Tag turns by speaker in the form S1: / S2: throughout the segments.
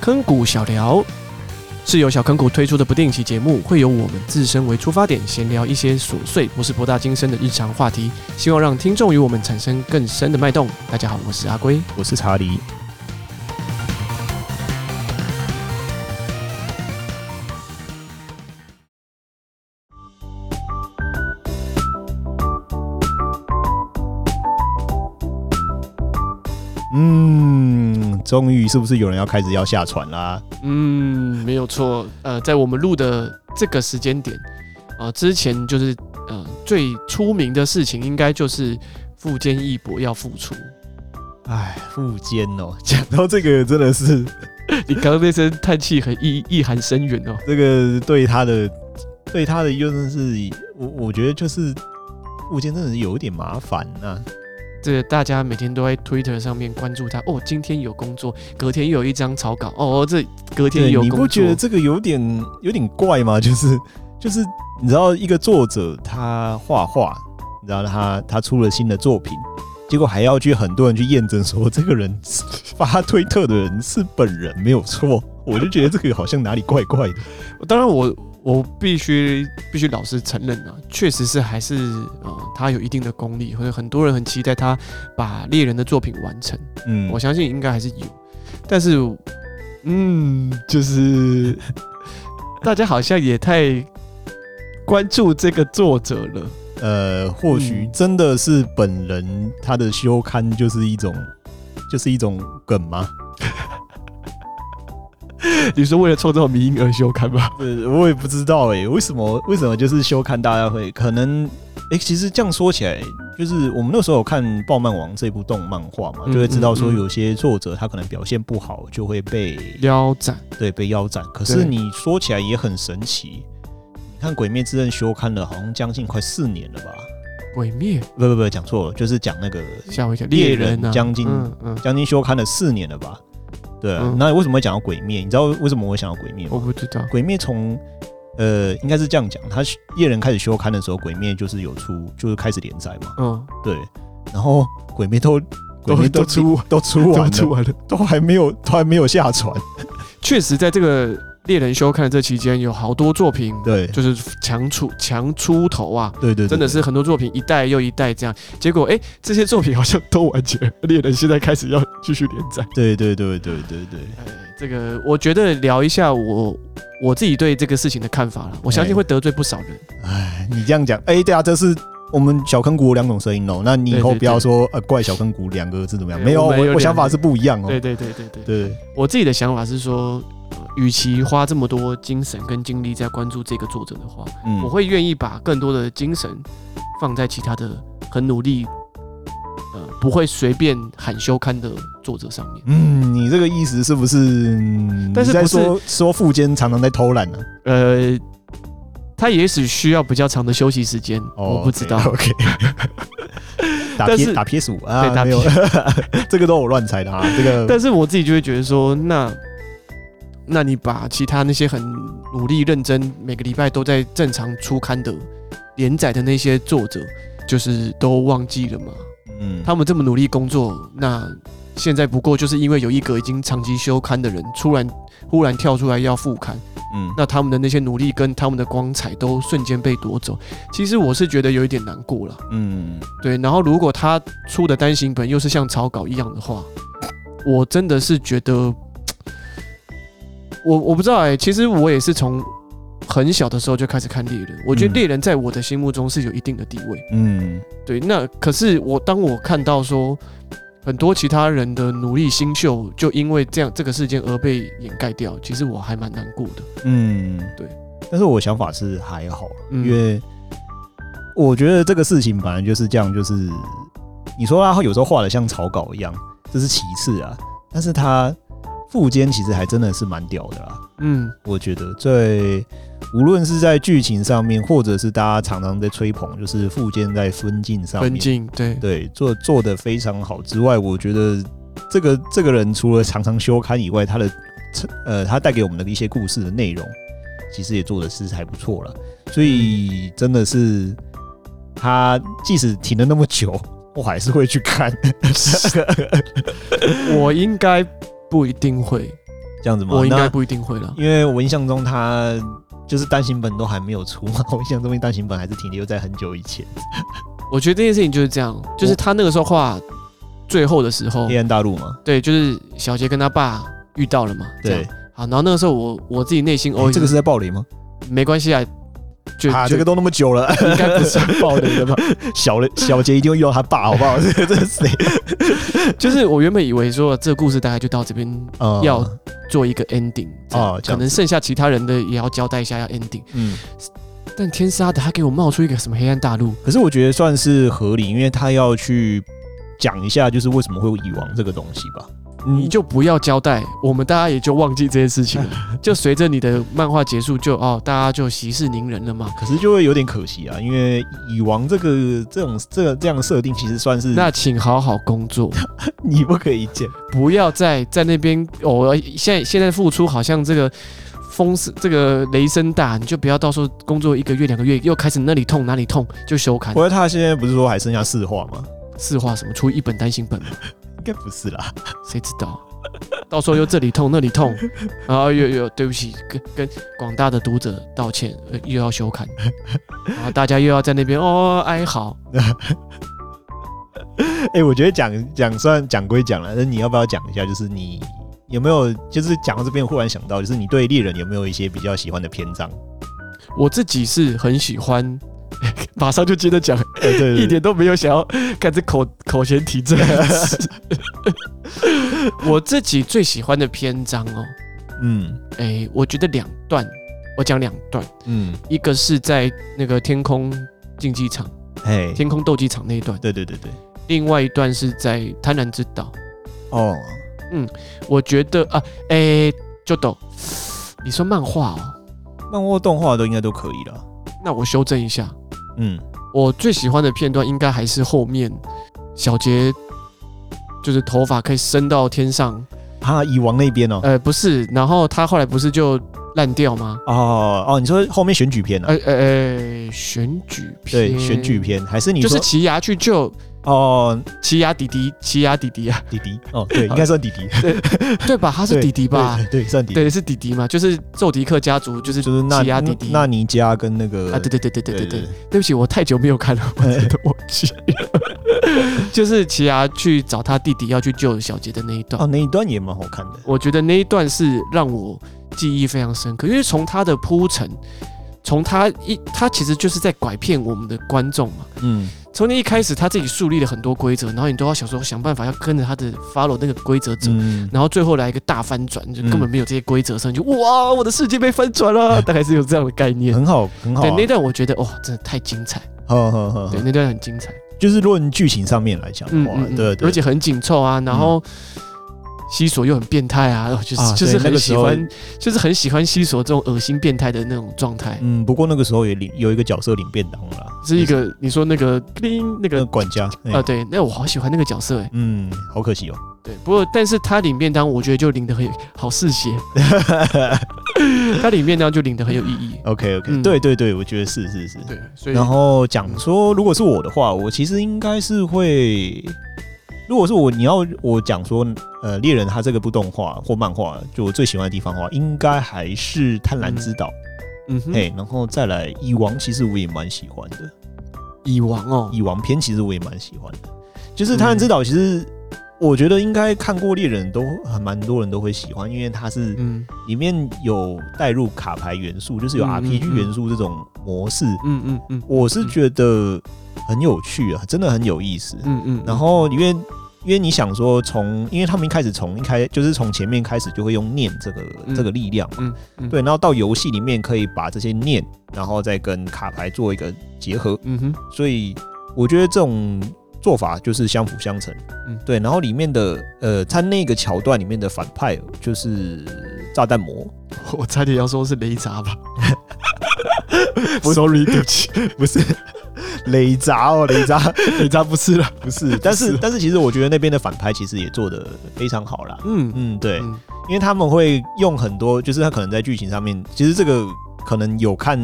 S1: 坑谷小聊是由小坑谷推出的不定期节目，会由我们自身为出发点，闲聊一些琐碎或是博大精深的日常话题，希望让听众与我们产生更深的脉动。大家好，我是阿龟。
S2: 我是查理。嗯，终于是不是有人要开始要下船啦？
S1: 嗯，没有错。呃，在我们录的这个时间点，呃，之前就是呃最出名的事情，应该就是富坚义博要复出。
S2: 哎，富坚哦， 讲到这个真的是
S1: 你刚刚那声叹气很意意涵深远哦。
S2: 这个对他的对他的又真的是我我觉得就是富坚真的是有一点麻烦啊呐、
S1: 这个大家每天都在 Twitter 上面关注他哦，今天有工作，隔天又有一张草稿哦，这隔天
S2: 对，
S1: 又有
S2: 你
S1: 工作，
S2: 不觉得这个有点有点怪吗？ 就是就是，你知道一个作者他画画，你知道他他出了新的作品，结果还要去很多人去验证说这个人是发推特的人是本人没有错， 我就觉得这个好像哪里怪怪的。
S1: 当然我，我必须必须老实承认啊，确实是还是呃，他有一定的功力，或者很多人很期待他把猎人的作品完成，
S2: 嗯
S1: 我，相信应该还是有，但是嗯，就是 大家好像也太关注这个作者了，
S2: 呃，或许
S1: 嗯
S2: 真的是本人他的修刊就是一种就是一种梗吗？
S1: 你是为了创造迷因而修刊吧？
S2: 呃，我也不知道哎、为什么为什么就是休看大家会可能哎、其实这样说起来，就是我们那时候有看《爆漫王》这部动漫画嘛，
S1: 嗯
S2: 就会知道说
S1: 嗯嗯
S2: 有些作者他可能表现不好，就会被
S1: 腰斩，
S2: 对被腰斩。可
S1: 对
S2: 是你说起来也很神奇，你看《鬼灭之刃》休刊了，好像将近快四年了吧？
S1: 毁灭，
S2: 不不不，讲错了，就是讲那个
S1: 吓我一跳，
S2: 猎
S1: 猎人
S2: 人
S1: 啊，
S2: 将近
S1: 嗯嗯，
S2: 将近休刊了四年了吧？对啊，
S1: 嗯
S2: 那为什么会讲到《鬼灭》？你知道为什么我会想到《鬼灭》吗
S1: 我？不知道，
S2: 鬼灭从呃，应该是这样讲，他猎人开始休刊的时候，鬼灭就是有出，就是开始连载嘛，
S1: 嗯，
S2: 对。然后鬼灭都鬼灭
S1: 都出
S2: 都出完
S1: 都
S2: 了，
S1: 出完了。
S2: 都还没有都还没有下船，
S1: 确实，在这个猎人休刊的这期间，有好多作品
S2: 对对
S1: 就是强出强出头啊，
S2: 对对，
S1: 真的是很多作品一代又一代这样。结果哎、这些作品好像都完结了，猎人现在开始要继续连载。
S2: 对对对对对对，
S1: 哎，这个我觉得聊一下我我自己对这个事情的看法了，我相信
S2: 哎
S1: 会得罪不少人。
S2: 哎，你这样讲，哎，对啊，这是。我们小坑谷有两种声音哦，那你以后
S1: 对对对
S2: 不要说呃怪小坑谷两个字怎么样？
S1: 对
S2: 没有，
S1: 我
S2: 我
S1: 们有两
S2: 我
S1: 个
S2: 想法是不一样哦。
S1: 对对对对对，
S2: 对，
S1: 我自己的想法是说，呃与其花这么多精神跟精力在关注这个作者的话，
S2: 嗯
S1: 我会愿意把更多的精神放在其他的很努力，呃，不会随便喊休刊的作者上面。
S2: 嗯，你这个意思是不是？嗯
S1: 但是
S2: 你在
S1: 不是
S2: 说说富坚常常在偷懒呢？
S1: 呃，他也许需要比较长的休息时间，我不知道。
S2: OK，, o 哦打
S1: 但
S2: P
S1: 是
S2: 打 PS 五啊，
S1: 对打
S2: 没有，这个都我乱猜的啊。这 个
S1: 但是我自己就会觉得说，那那你把其他那些很努力、认真，每个礼拜都在正常出刊的连载的那些作者，就是都忘记了嘛？
S2: 嗯，
S1: 他们这么努力工作，那现在不过就是因为有一个已经长期休刊的人突然忽然跳出来要复刊，
S2: 嗯
S1: 那他们的那些努力跟他们的光彩都瞬间被夺走。其实我是觉得有一点难过了，
S2: 嗯，
S1: 对。然后如果他出的单行本又是像草稿一样的话，我真的是觉得，我我不知道哎、其实我也是从。很小的时候就开始看猎人，我觉得
S2: 嗯
S1: 猎人在我的心目中是有一定的地位。
S2: 嗯
S1: 对，那可是我当我看到说很多其他人的努力新秀就因为这样这个事件而被掩盖掉，其实我还蛮难过的。
S2: 嗯，
S1: 对。
S2: 但是我想法是还好啦，
S1: 嗯
S2: 因为我觉得这个事情本来就是这样，就是你说他有时候画的像草稿一样，这是其次啊，但是他副监其实还真的是蛮屌的啦。
S1: 嗯，
S2: 我觉得在无论是在剧情上面，或者是大家常常在吹捧，就是附件在分镜上面，
S1: 分镜对，
S2: 对做做的非常好之外，我觉得这个这个人除了常常修刊以外，他的呃他带给我们的一些故事的内容，其实也做的是还不错了。所以真的是他即使停了那么久，我还是会去看。
S1: 我应该不一定会，
S2: 这样子吗？
S1: 我应该
S2: 那
S1: 不一定会了。
S2: 因为我印象中他就是单行本都还没有出嘛，我印象中单行本还是停留在很久以前，
S1: 我觉得这件事情就是这样，就是他那个时候画最后的时候
S2: 黑，暗大陆嘛。
S1: 对，就是小杰跟他爸遇到了嘛，这样
S2: 对，。
S1: 好，然后那个时候我我自己内心哦，
S2: 欸这个是在暴雷吗？
S1: 没关系啊，就
S2: 啊，
S1: 就
S2: 这个都那么 久了，
S1: 应该不算爆雷的吧？
S2: 小了小杰一定会遇到他爸，好不 好？这个这是谁？
S1: 就是我原本以为说这个故事大概就到这边
S2: 啊
S1: 要做一个 ending，这样
S2: 哦这样子
S1: 可能剩下其他人的也要交代一下要 ending。
S2: 嗯，
S1: 但天杀的，他给我冒出一个什么黑暗大陆？
S2: 可是我觉得算是合理，因为他要去讲一下，就是为什么会有蚁王这个东西吧。嗯
S1: 你就不要交代，我们大家也就忘记这件事情 了。就随着你的漫画结束就，哦，大家就息事宁人了嘛。
S2: 可是就会有点可惜啊，因为蚁王这个这种这个这样的设定，其实算是
S1: 那请好好工作，
S2: 你不可以见。
S1: 不要再在那边哦。现在现在付出好像这个风是这个雷声大，你就不要到时候工作一个月两个月又开始那里痛哪里痛就休刊
S2: 不，过他现在不是说还剩下四话吗？
S1: 四话什么出一本单行本嘛，
S2: 应该不是啦，
S1: 谁知道？到时候又这里痛那里痛，然后又又对不起，跟跟广大的读者道歉，呃又要休刊，然后大家又要在那边哦哀嚎。
S2: 哎、我觉得讲讲虽然讲归讲了，但你要不要讲一下？就是你有没有就是讲到这边，忽然想到，就是你对猎人有没有一些比较喜欢的篇 章？
S1: 我自己是很喜欢， 马上就接着讲，
S2: 哎，对
S1: 一
S2: 对对，
S1: 点都没有想要看这口口嫌体正。 我自己最喜欢的篇章哦，
S2: 嗯
S1: 哎、我觉得两段，我讲两段，
S2: 嗯，
S1: 一个是在那个天空竞技场、
S2: 哎，
S1: 天空斗技场那一段，
S2: 对对对对，
S1: 另外一段是在贪婪之岛。
S2: 哦，
S1: 我觉得啊，哎、就懂。你说漫画哦，
S2: 漫画动画都应该都可以了。
S1: 那我修正一下，
S2: 嗯，
S1: 我最喜欢的片段应该还是后面小杰，就是头发可以伸到天上，
S2: 啊，蚁王那边哦，
S1: 呃，不是，然后他后来不是就烂掉吗？
S2: 哦哦，你说后面选举篇啊？
S1: 呃呃呃，选举片，
S2: 对，选举篇还嗯是你
S1: 就
S2: 说
S1: 是奇牙去救
S2: 哦，
S1: 奇牙弟弟，奇牙弟弟 啊，
S2: 弟弟哦，对，应该算 弟弟，
S1: 对吧？他是
S2: 对
S1: 弟弟吧？
S2: 对对，算弟弟，
S1: 对，是弟弟嘛，就是宙迪克家族，就是
S2: 就是那
S1: 奇亚弟弟
S2: 那尼加跟那个
S1: 啊，对对对对对对对
S2: 对，
S1: 对不起，我太久没有看了，我真的忘记 了。就是奇牙去找他弟弟要去救小杰的那一段
S2: 哦，，那一段也蛮好看的，
S1: 我觉得那一段是让我记忆非常深刻，因为从他的铺陈，从他一他其实就是在拐骗我们的观众嘛。
S2: 嗯，
S1: 从那一开始，他自己树立了很多规则，然后你都要想说想办法要跟着他的 follow 那个规则走。
S2: 嗯，
S1: 然后最后来一个大翻转，就根本没有这些规则上，就哇，我的世界被翻转了，大概是有这样的概念。
S2: 嗯很好很好
S1: 对
S2: 啊，嗯
S1: 那段我觉得哇，真的太精彩，
S2: 好好好，
S1: 对
S2: 好
S1: 那段很精彩，
S2: 就是论剧情上面来讲的
S1: 嗯
S2: 话
S1: 嗯，嗯，
S2: 对
S1: 而
S2: 对，
S1: 且很紧凑啊，然后西索又很变态啊， 就是、
S2: 啊
S1: 就是
S2: 对那
S1: 很
S2: 个
S1: 喜
S2: 时候
S1: 欢，就是很喜欢西索这种恶心变态的那种状态，
S2: 嗯，不过那个时候也领有一个角色领便当了啦，
S1: 是一个你说那个叮那
S2: 那
S1: 个
S2: 个管家，哎
S1: 啊，对，那我好喜欢那个角色哎、
S2: 嗯，好可惜哦，
S1: 对，不过但是他领便当，我觉得就领的很有好嗜 血，他领便当就领的很有意义，
S2: OK OK，、
S1: 嗯
S2: 对对对，我觉得是是是。
S1: 对，所以
S2: 然后讲说，如果是我的话，我其实应该是会，如果是我，你要我讲说，呃，猎人他这个部动画或漫画，就我最喜欢的地方的话，应该还是《贪婪之岛》
S1: 嗯哼，
S2: 哎、然后再来《蚁王》，其实我也蛮喜欢的，《
S1: 蚁王哦，
S2: 蚁王篇》其实我也蛮喜欢的，就是《贪婪之岛》，其实我觉得应该看过猎人都很蛮多人都会喜欢，因为它是
S1: 嗯
S2: 里面有带入卡牌元素，就是有
S1: 嗯嗯
S2: RPG
S1: 嗯
S2: 元素这种模式。
S1: 嗯嗯嗯
S2: 我是觉得很有趣啊，真的很有意思。
S1: 嗯嗯，
S2: 然后因为因为你想说从，因为他们一开始从一开就是从前面开始就会用念这个、
S1: 嗯
S2: 这个力量嘛，
S1: 嗯嗯
S2: 对，然后到游戏里面可以把这些念，然后再跟卡牌做一个结合，
S1: 嗯 哼
S2: 所以我觉得这种做法就是相辅相成。
S1: 嗯
S2: 对，然后里面的呃，它那个桥段里面的反派就是炸弹魔，
S1: 我差点要说是雷砸 吧。
S2: 不
S1: Sorry，对不起，
S2: 不是雷炸哦，雷炸。
S1: 雷砸不是了。
S2: 不是，嗯但是但是其实我觉得那边的反派其实也做的非常好啦。
S1: 嗯，
S2: 嗯，对，
S1: 嗯
S2: 因为他们会用很多，就是他可能在剧情上面，其实这个可能有看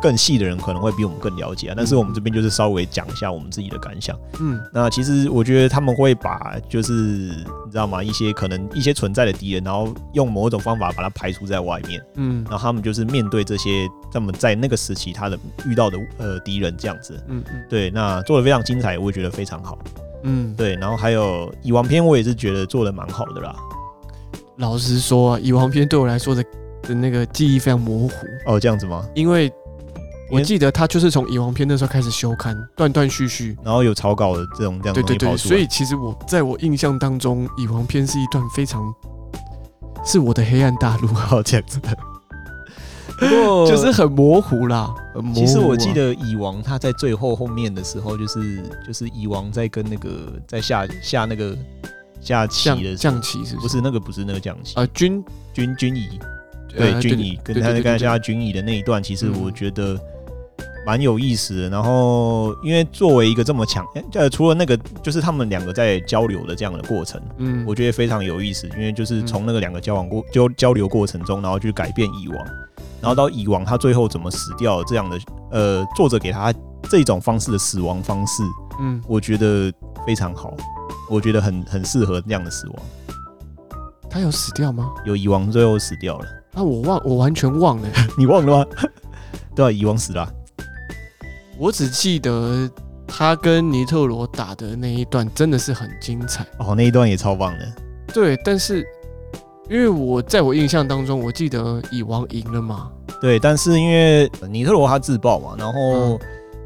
S2: 更细的人可能会比我们更了解啊，但是我们这边就是稍微讲一下我们自己的感想。
S1: 嗯
S2: 那其实我觉得他们会把就是你知道吗？一些可能一些存在的敌人，然后用某种方法把它排除在外面，
S1: 嗯
S2: 然后他们就是面对这些他们在那个时期他的遇到的呃敌人这样子。
S1: 嗯嗯
S2: 对，那做的非常精彩，我也觉得非常好。
S1: 嗯，
S2: 对，然后还有以往篇，我也是觉得做的蛮好的啦。
S1: 老实说啊，《蚁王篇》对我来说的的那个记忆非常模糊，
S2: 哦，这样子吗？
S1: 因为
S2: 因
S1: 我
S2: 为
S1: 记得他就是从《蚁王篇》那时候开始修刊，断断续续。
S2: 然后有草稿的这种这样
S1: 对
S2: 东
S1: 对
S2: 西
S1: 对，
S2: 跑出
S1: 所以
S2: 来，
S1: 其实我在我印象当中，《蚁王篇》是一段非常是我的黑暗大陆，啊
S2: 哦这样子。不 过
S1: 就是很模糊啦。很模糊啊
S2: 其实我记，得蚁王他在最后后面的时候，就是就是蚁王在跟那个在下下那个下棋
S1: 象
S2: 的时候
S1: 象，棋是
S2: 不
S1: 是？
S2: 是那个不是那个将棋，
S1: 呃，军
S2: 军军仪
S1: 呃
S2: 对军仪跟他
S1: 对对
S2: 跟他
S1: 对
S2: 下军仪的那一段，其实
S1: 嗯
S2: 我觉得蛮有意思的。然后因为作为一个这么强，哎呃，除了那个就是他们两个在交流的这样的过程，
S1: 嗯，
S2: 我觉得非常有意思，因为就是
S1: 嗯
S2: 从那个两个交往过交交流过程中，然后去改变蚁王，然后到蚁王他最后怎么死掉这样的，呃，作者给他这种方式的死亡方式，
S1: 嗯，
S2: 我觉得非常好，我觉得很很适合那样的死亡。
S1: 他有死掉吗？
S2: 有蚁王最后死掉 了，
S1: 啊，我忘，我完全忘了，
S2: 你忘了吗？ 对啊，蚁王死了啊、
S1: 我只记得他跟尼特罗打的那一段真的是很精彩。
S2: 哦，那一段也超棒的，
S1: 对，但是因为我在我印象当中，我记得蚁王赢了嘛，
S2: 对，但是因为呃尼特罗他自爆嘛，然后
S1: 嗯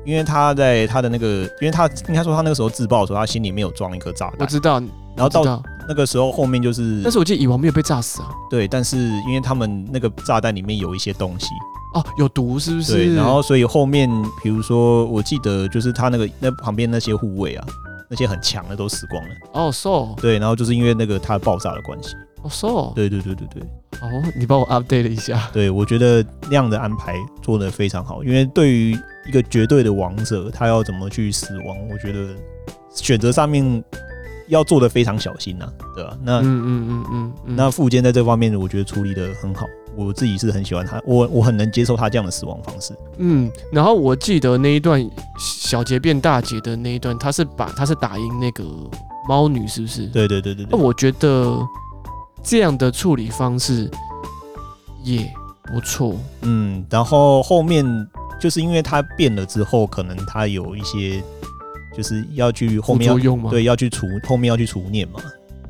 S2: 因为他在他的那个，因为他应该说他那个时候自爆的时候，他心里面有装一颗炸
S1: 我
S2: 弹，
S1: 知道，
S2: 然后
S1: 知
S2: 到
S1: 道，
S2: 那个时候后面就是
S1: 但是我记得蚁王没有被炸死啊。
S2: 对，但是因为他们那个炸弹里面有一些东西，
S1: 哦，有毒是不是？
S2: 对，然后所以后面比如说我记得就是他那个那旁边那些护卫啊，那些很强的都死光了，
S1: 哦，so 哦
S2: 对，然后就是因为那个他爆炸的关系，
S1: so，哦，
S2: 对对对对对
S1: 你帮我 update 了一下。
S2: 对，我觉得那样的安排做得非常好，因为对于一个绝对的王者，他要怎么去死亡，我觉得选择上面要做的非常小心呐、啊对吧、那、
S1: 嗯嗯嗯嗯嗯，
S2: 那富坚在这方面，我觉得处理的很好，我自己是很喜欢他，我我很能接受他这样的死亡方式。
S1: 嗯，然后我记得那一段小杰变大杰的那一段，他是把他是打赢那个猫女，是不是？
S2: 对对对对
S1: 那
S2: 对，
S1: 我觉得这样的处理方式也不错。
S2: 嗯，然后后面就是因为他变了之后，可能他有一些就是要去
S1: 副
S2: 后面
S1: 作
S2: 要
S1: 用吗？
S2: 对要去除后面要去除念嘛，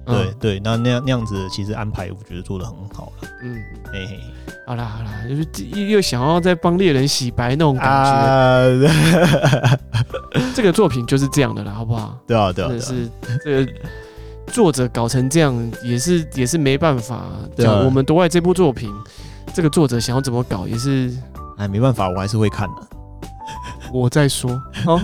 S1: 嗯，
S2: 对对，那那样那样子其实安排我觉得做的很好了，
S1: 嗯，
S2: 嘿嘿。
S1: 好啦好啦，就是又又想要再帮猎人洗白那种感觉。
S2: 啊，对啊，
S1: 这个作品就是这样的啦，好不好？
S2: 对啊，对
S1: 真的，
S2: 啊
S1: 是这个作者搞成这样，也是也是没办法。
S2: 对啊
S1: 讲我们读外这部作品，这个作者想要怎么搞，也是
S2: 哎，没办法，我还是会看的。
S1: 我在 说。哦，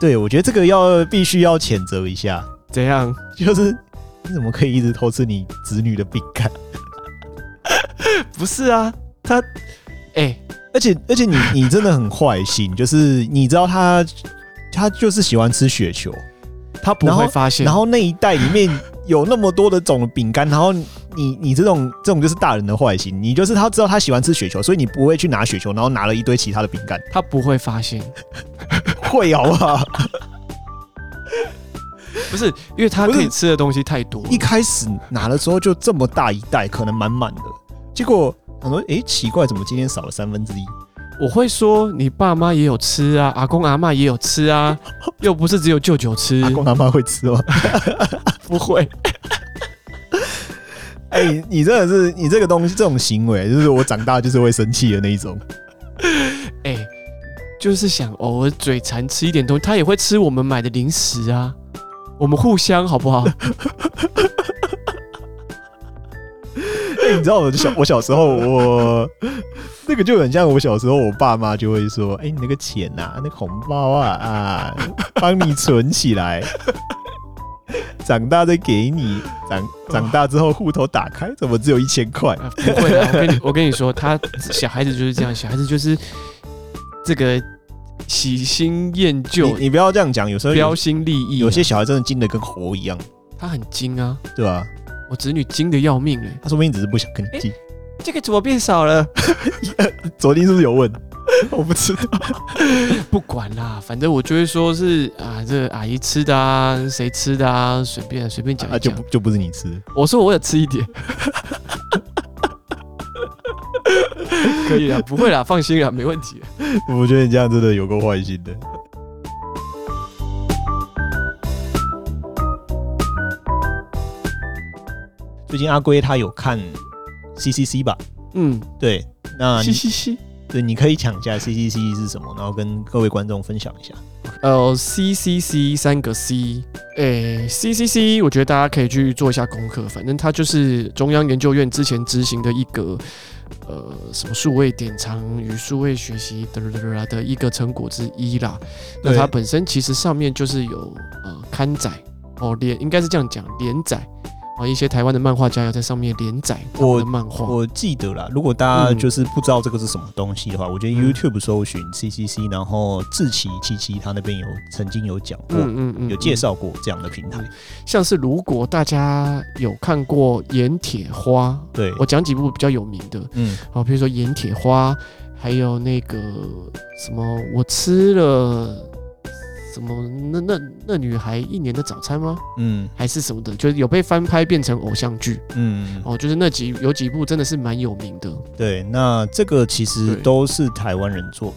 S2: 对，我觉得这个要必须要谴责一下，
S1: 怎样？
S2: 就是你怎么可以一直偷吃你子女的饼干？
S1: 不是啊，他，哎、
S2: 而且而且 你你真的很坏心，就是你知道他他就是喜欢吃雪球，
S1: 他不
S2: 然后
S1: 会发现。
S2: 然后那一袋里面有那么多的种饼干，然后你你这种这种就是大人的坏心，你就是他知道他喜欢吃雪球，所以你不会去拿雪球，然后拿了一堆其他的饼干。
S1: 他不会发现，
S2: 会好不好？
S1: 不是因为他
S2: 不是
S1: 可以吃的东西太多了
S2: 一开始拿的时候就这么大一袋，可能满满的，结果想说，诶，奇怪，怎么今天少了三分之一？
S1: 我会说你爸妈也有吃啊，阿公阿嬷也有吃啊，又不是只有舅舅吃
S2: 阿，公阿妈会吃 吗？
S1: 不会。
S2: 哎、你真的是你这个东西这种行为，就是我长大就是会生气的那一种。
S1: 哎、就是想偶尔嘴馋吃一点东西，他也会吃我们买的零食啊。我们互相好不好？
S2: 哎、 你知道我小我小时候我那个就很像我小时候，我爸妈就会说，哎、你那个钱呐、啊，那个红包啊 啊，帮你存起来。长大再给你，长长大之后户头打开，怎么只有一千块？
S1: 啊不会啊，我跟你我跟你说，他小孩子就是这样，小孩子就是这个喜新厌旧
S2: 你、你不要这样讲，有时候有
S1: 标新立异啊、
S2: 有些小孩真的精的跟猴一样，
S1: 他很精啊，
S2: 对吧、
S1: 我侄女惊得要命欸嘞，
S2: 他说不定只是不想跟 你记。
S1: 这个怎么变少了？
S2: 昨天是不是有 问？我不知道。
S1: 不管啦，反正我就会说是啊，这阿姨吃的啊，谁吃的啊，随便随便讲
S2: 啊，
S1: 一
S2: 就
S1: 讲。
S2: 不就不是你吃的，
S1: 我说我有吃一点， 可以啦，不会啦，放心啦，没问题。
S2: 我觉得你这样真的有够坏心的。最近阿龟他有看 C C C 吧？
S1: 嗯，
S2: 对，那
S1: 嘻
S2: 你
S1: 嘻嘻。
S2: 对你可以讲一下 C C C 是什么，然后跟各位观众分享一下。
S1: 呃，C C C 三个 C，诶、c C C，我觉得大家可以去做一下功课，反正它就是中央研究院之前执行的一个呃什么数位典藏与数位学习的的一个成果之一啦。那
S2: 对
S1: 它本身其实上面就是有呃刊载哦连应该是这样讲连载啊、一些台湾的漫画家有在上面连载他们
S2: 我
S1: 的漫画。
S2: 我记得啦，如果大家
S1: 嗯
S2: 就是不知道这个是什么东西的话，我觉得
S1: 嗯
S2: YouTube 搜寻 C C C，然后志奇七七他那边有曾经有讲过，
S1: 嗯嗯嗯
S2: 有介绍过这样的平台。
S1: 像是如果大家有看过《盐铁花》，
S2: 对，
S1: 我讲几部比较有名的，
S2: 嗯，
S1: 好，比如说盐铁花，还有那个什么，我吃了什么那那那女孩一年的早餐吗？
S2: 嗯
S1: 还是什么的，就是有被翻拍变成偶像剧
S2: 嗯，
S1: 哦，就是那几有几部真的是蛮有名的，
S2: 对，那这个其实
S1: 对
S2: 都是台湾人做，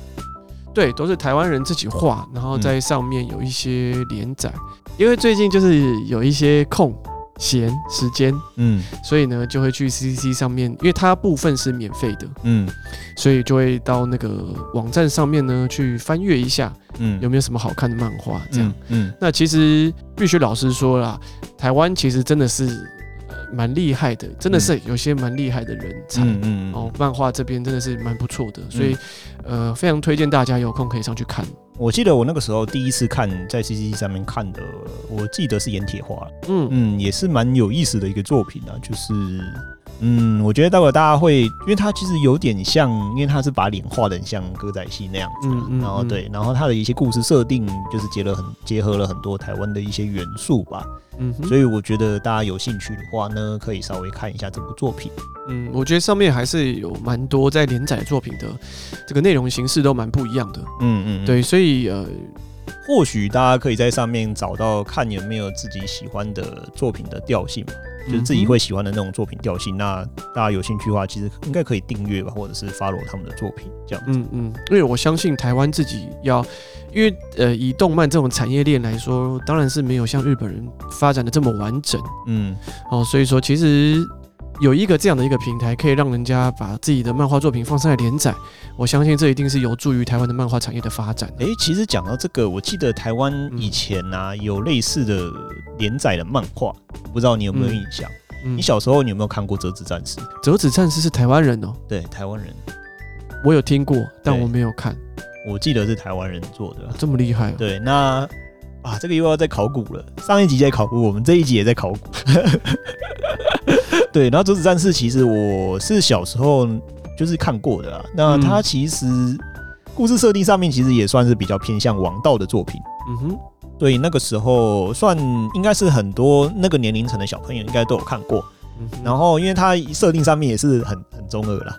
S1: 对，都是台湾人自己画，然后在上面有一些连载，因为最近就是有一些空闲时间，
S2: 嗯
S1: 所以呢就会去 C C 上面，因为它部分是免费的，
S2: 嗯
S1: 所以就会到那个网站上面呢去翻阅一下。
S2: 嗯
S1: 有没有什么好看的漫画这样。，
S2: 嗯
S1: 那其实必须老实说啦，台湾其实真的是呃蛮厉害的，真的是有些蛮厉害的人才。
S2: 嗯嗯
S1: 哦
S2: 哦，，
S1: 漫画这边真的是蛮不错的，所以、呃，非常推荐大家有空可以上去看。
S2: 我记得我那个时候第一次看在 C C C 上面看的，我记得是盐铁花，
S1: 嗯，
S2: 嗯，也是蛮有意思的一个作品啊，就是。嗯，我觉得待会儿大家会，因为它其实有点像，因为它是把脸画的很像歌仔戏那样子啊、
S1: 嗯嗯
S2: 然后
S1: 嗯
S2: 对，然后它的一些故事设定就是结了很结合了很多台湾的一些元素吧，
S1: 嗯哼，
S2: 所以我觉得大家有兴趣的话呢，可以稍微看一下这部作品。
S1: 嗯，我觉得上面还是有蛮多在连载的作品的，这个内容形式都蛮不一样的。
S2: 嗯嗯，
S1: 对，所以呃，
S2: 或许大家可以在上面找到看有没有自己喜欢的作品的调性吧，就是
S1: 嗯
S2: 自己会喜欢的那种作品调性。那大家有兴趣的话，其实应该可以订阅吧，或者是 follow 他们的作品这样。
S1: 嗯嗯，因为我相信台湾自己要，因为呃，以动漫这种产业链来说，当然是没有像日本人发展的这么完整
S2: 嗯
S1: 哦。所以说，其实有一个这样的一个平台，可以让人家把自己的漫画作品放上来连载，我相信这一定是有助于台湾的漫画产业的发展。
S2: 诶，其实讲到这个，我记得台湾以前啊有类似的连载的漫画，不知道你有没有印象？
S1: 嗯
S2: 你，小时候你有没有看过《折纸战士》？
S1: 折纸战士是台湾人哦，
S2: 对，台湾人，
S1: 我有听过，但
S2: 对
S1: 我没有看，
S2: 我记得是台湾人做的。
S1: 这么厉害、哦。
S2: 对，那啊，这个又要再考古了。上一集在考古，我们这一集也在考古。 对，然后《折纸战士》其实我是小时候就是看过的啊。那它
S1: 嗯
S2: 其实故事设定上面其实也算是比较偏向王道的作品，
S1: 嗯哼，
S2: 所以那个时候算应该是很多那个年龄层的小朋友应该都有看过。
S1: 嗯哼
S2: 然后因为它设定上面也是很很中二啦，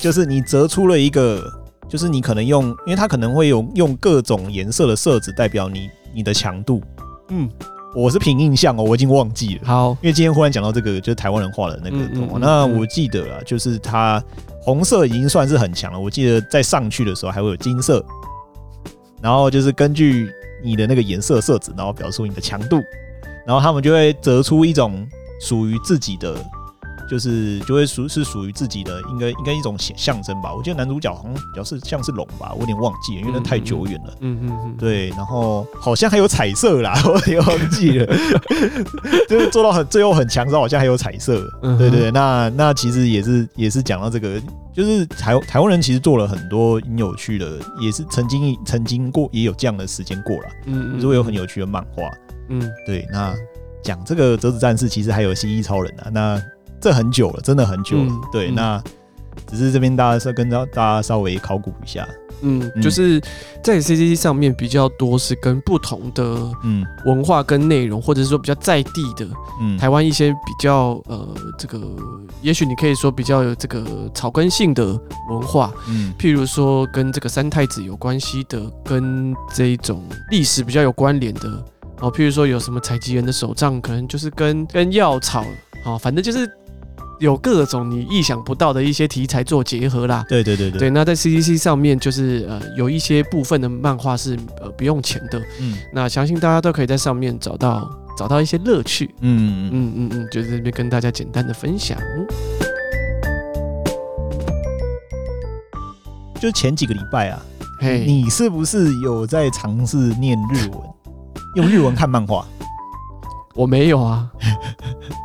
S2: 就是你折出了一个，就是你可能用，因为它可能会有用各种颜色的色纸代表你你的强度。
S1: 嗯，
S2: 我是凭印象哦，我已经忘记了，
S1: 好，
S2: 因为今天忽然讲到这个，就是台湾人画的那个
S1: 哦嗯嗯
S2: 动画，
S1: 嗯
S2: 那
S1: 嗯
S2: 我记得啊，就是它红色已经算是很强了，我记得在上去的时候还会有金色，然后就是根据你的那个颜色色纸，然后表述你的强度，然后他们就会折出一种属于自己的，就是就会属是属于自己的，应该应该一种象象征吧。我记得男主角好像比较是像是龙吧，我有点忘记了，因为那太久远了。
S1: 嗯嗯嗯，
S2: 对，然后好像还有彩色啦， 我有点忘记了， 就是做到很最后很强之后，好像还有彩色。
S1: 嗯哼
S2: 对对，那那其实也是也是讲到这个，就是台台湾人其实做了很多很有趣的，也是曾经曾经过也有这样的时间过了，
S1: 嗯，嗯
S2: 就是会有很，有趣的漫画。
S1: 嗯，
S2: 对，那讲这个折纸战士，其实还有蜥蜴超人啊，那这很久了，真的很久了。
S1: 嗯
S2: 对，
S1: 嗯
S2: 那只是这边大家稍跟大大家稍微考古一下，
S1: 嗯，
S2: 嗯
S1: 就是在 CCC 上面比较多是跟不同的
S2: 嗯
S1: 文化跟内容，或者是说比较在地的
S2: 嗯，
S1: 台湾一些比较呃这个，也许你可以说比较有这个草根性的文化，
S2: 嗯
S1: 譬如说跟这个三太子有关系的，跟这一种历史比较有关联的哦，譬如说有什么采集人的手杖，可能就是跟 跟药草哦，反正就是有各种你意想不到的一些题材做结合啦。
S2: 对对对对，
S1: 对，那在 CCC 上面就是呃有一些部分的漫画是呃不用钱的，
S2: 嗯
S1: 那相信大家都可以在上面找到找到一些乐趣。
S2: 嗯嗯
S1: 嗯嗯嗯，就在这边跟大家简单的分享。
S2: 嗯，就前几个礼拜啊，
S1: 嘿，
S2: 你是不是有在尝试念日文，用日文看 漫画
S1: 我没有 啊，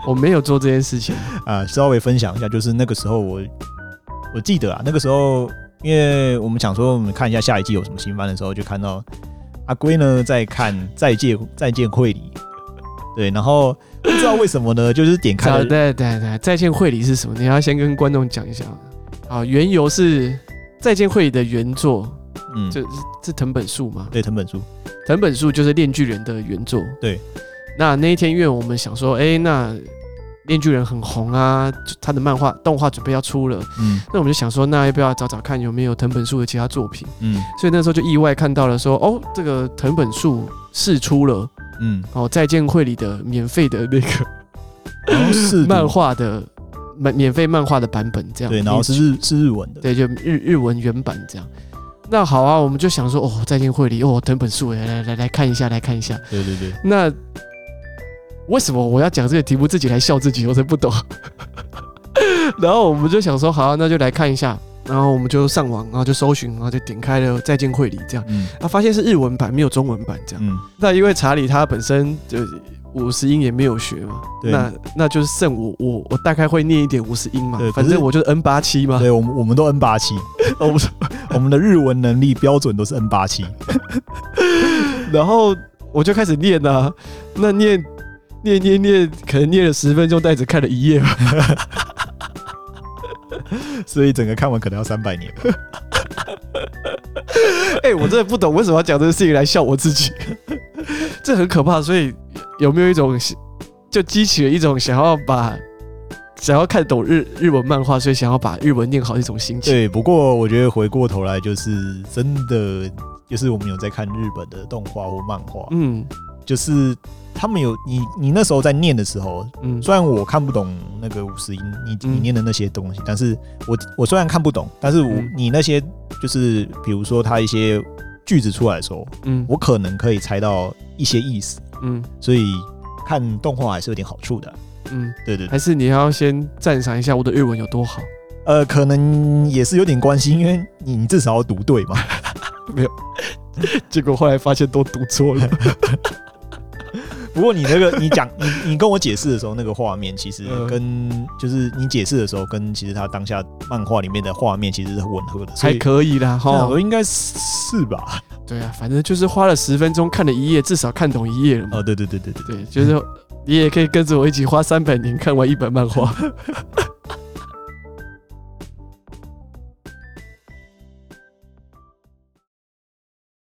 S1: 我没有做这件事情。
S2: 啊？稍微分享一下，就是那个时候我我记得啊，那个时候因为我们想说我们看一下下一季有什么新番的时候，就看到阿龟呢在看《再见再见惠理》，对，然后不知道为什么呢，就是点开
S1: 好
S2: 了
S1: 的，对对对，在线会理是什么？你要先跟观众讲一下。好，缘由是在线会理的原作，
S2: 嗯，
S1: 这是藤本树吗？
S2: 对藤本树，
S1: 藤本树就是《链锯人》的原作。
S2: 对。
S1: 那那一天，因为我们想说，哎、那《链锯人》很红啊，就他的漫画动画准备要出了，
S2: 嗯
S1: 那我们就想说，那要不要找找看有没有藤本树的其他作品？
S2: 嗯
S1: 所以那时候就意外看到了说，哦，这个藤本树试出了
S2: 嗯，
S1: 哦《再见会》里的免费的那个
S2: 然后是
S1: 漫画的免免费漫画的版本，这样
S2: 对，然后是日是日文的，
S1: 对，就日日文原版这样。那好啊，我们就想说，哦，再见惠理，哦，藤本树，来来来来看一下，来看一下。
S2: 对对对，
S1: 那为什么我要讲这个题目，自己来笑自己，我真不懂。 然后我们就想说，好啊、那就来看一下。然后我们就上网，然后就搜寻，然后就点开了《再见惠理》这样，
S2: 嗯
S1: 啊，发现是日文版，没有中文版这样。
S2: 嗯，
S1: 那因为查理他本身就五十音也没有学嘛，
S2: 对
S1: 那那就是剩我我我大概会念一点五十音嘛
S2: 对，
S1: 反
S2: 可是
S1: 正我就是 N 八七嘛，
S2: 对我们我们都 N 八 七，我们我们的日文能力标准都是 N 八七，
S1: 然后我就开始念啊，那念念念念，可能念了十分钟，但只看了一页吧。
S2: 所以整个看完可能要三百年。
S1: 哎、我真的不懂为什么要讲这个事情来笑我自己， 这很可怕。所以有没有一种就激起了一种想要把想要看懂日日文漫画，所以想要把日文念好的一种心情？
S2: 对， 不过我觉得回过头来，就是真的，就是我们有在看日本的动画或漫画，
S1: 嗯
S2: 就是他们有你你那时候在念的时候，
S1: 嗯，
S2: 虽然我看不懂那个五十音，你
S1: 嗯
S2: 你念的那些东西，但是我我虽然看不懂，但是我、
S1: 嗯
S2: 你那些就是比如说他一些句子出来的时候，
S1: 嗯
S2: 我可能可以猜到一些意思。
S1: 嗯
S2: 所以看动画还是有点好处的。
S1: 嗯，
S2: 对对对，
S1: 还是你要先赞赏一下我的日文有多好？
S2: 呃，可能也是有点关系，因为你你至少要读 对嘛。
S1: 结果后来发现都读错了。
S2: 不过你那个你讲你你跟我解释的时候，那个画面其实
S1: 嗯
S2: 跟、就是你解释的时候，跟其实他当下漫画里面的画面其实是吻合的，
S1: 还
S2: 所以
S1: 可哦以啦，
S2: 我
S1: 哈
S2: 想。说应该是吧？
S1: 对啊，反正就是花了十分钟看了一页，至少看懂一页了嘛。嗯
S2: 哦，对对对对对，
S1: 对，就是你也可以跟着我一起花三百年看完一本漫画。